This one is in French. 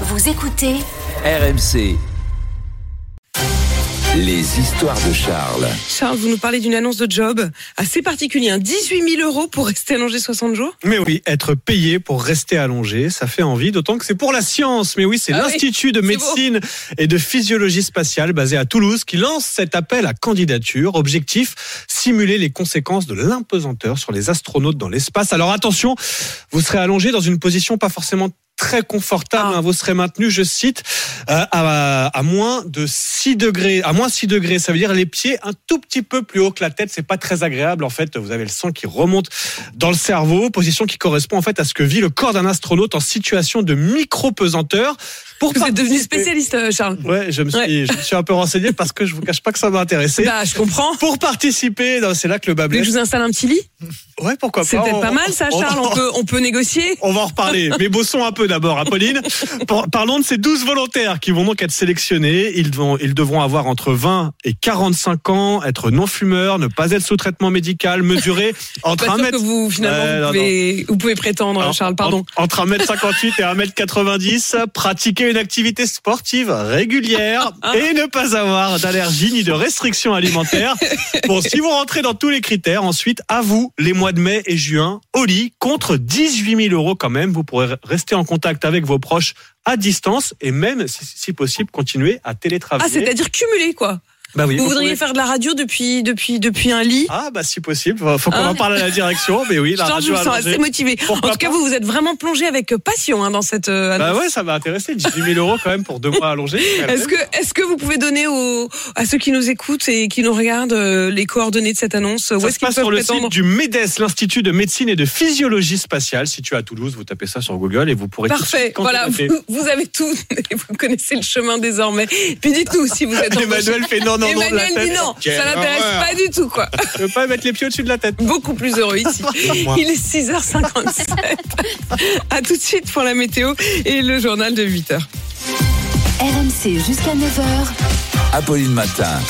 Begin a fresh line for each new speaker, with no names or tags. Vous écoutez
RMC. Les histoires de Charles.
Charles, vous nous parlez d'une annonce de job assez particulière. 18 000 euros pour rester allongé 60 jours
Mais oui, être payé pour rester allongé, ça fait envie, d'autant que c'est pour la science. Mais oui, c'est
Ah oui,
l'Institut de
c'est
médecine et de physiologie spatiale basé à Toulouse qui lance cet appel à candidature. Objectif, simuler les conséquences de l'impesanteur sur les astronautes dans l'espace. Alors attention, vous serez allongé dans une position pas forcément très confortable,
Ah.
hein. vous serez maintenu, je cite, euh, à, à moins de 6 degrés. À moins 6 degrés, ça veut dire les pieds un tout petit peu plus haut que la tête. C'est pas très agréable. En fait, vous avez le sang qui remonte dans le cerveau, position qui correspond en fait à ce que vit le corps d'un astronaute en situation de micro-pesanteur. Pour
Vous êtes devenu
participer-
spécialiste, euh, Charles.
Ouais, je me, suis,
Ouais.
je me suis un peu renseigné parce que je vous cache pas que ça m'a intéressé.
Bah, je comprends. Vous
Pour participer, non, c'est là que le bas
voulez que je vous installe un petit lit
Ouais, pourquoi pas
C'est peut-être
on-
pas mal, ça,
on-
Charles. On peut, on peut négocier.
On va en reparler, mais bossons un peu d'abord, Apolline. Par- Parlons de ces 12 volontaires qui vont donc être sélectionnés. Ils, vont, ils devront avoir entre 20 et 45 ans, être non-fumeurs, ne pas être sous traitement médical, mesurer entre
Pas
1
sûr que
mètre...
vous, finalement,
Ouais,
vous,
non,
pouvez, vous pouvez prétendre,
Alors,
Charles, pardon.
Hein, en- Entre 1m58 et 1m90, pratiquer une activité sportive régulière
Ah.
et ne pas avoir d'allergie ni de restrictions alimentaires. Bon, si vous rentrez dans tous les critères, ensuite, à vous, les mois de mai et juin, au lit, contre 18 000 euros quand même, vous pourrez rester en contact avec vos proches à distance et même, si, si possible, continuer à
Ah,
télétravailler.
c'est-à-dire cumuler, quoi.
bah oui,
Vous
vous
voudriez
pouvez-
faire de la radio depuis, depuis, depuis un lit
Ah, bah si possible, faut faut qu'on
Hein
en parle à la direction, mais oui, la
Charles, je
radio
vous sens
allongée.
assez motivé.
Pourquoi
en tout cas, vous vous êtes vraiment plongé avec passion hein, dans cette euh, annonce.
Bah ouais, ça m'a intéressé, 18 000 euros quand même pour deux mois allongés.
Est-ce que, est-ce que vous pouvez donner aux, à ceux qui nous écoutent et qui nous regardent euh, les coordonnées de cette annonce Où
Ça
est-ce
se
qu'ils
passe
peuvent
sur le
prétendre
site du MEDES, l'Institut de médecine et de physiologie spatiale. Situé à Toulouse, vous tapez ça sur Google et vous pourrez tout de
Parfait,
suite
voilà, vous,
contacter.
vous avez tout, et vous connaissez le chemin désormais. Puis dites-nous si vous êtes en
Emmanuel fait non, non, non de la
Emmanuel
tête.
dit non,
Quelle
ça l'intéresse
horreur.
pas du tout, quoi.
Je veux pas mettre les pieds au-dessus de la tête.
Beaucoup plus heureux ici. Il est 6h57. à tout de suite pour la météo et le journal de 8h.
RMC jusqu'à 9h.
Apolline Matin.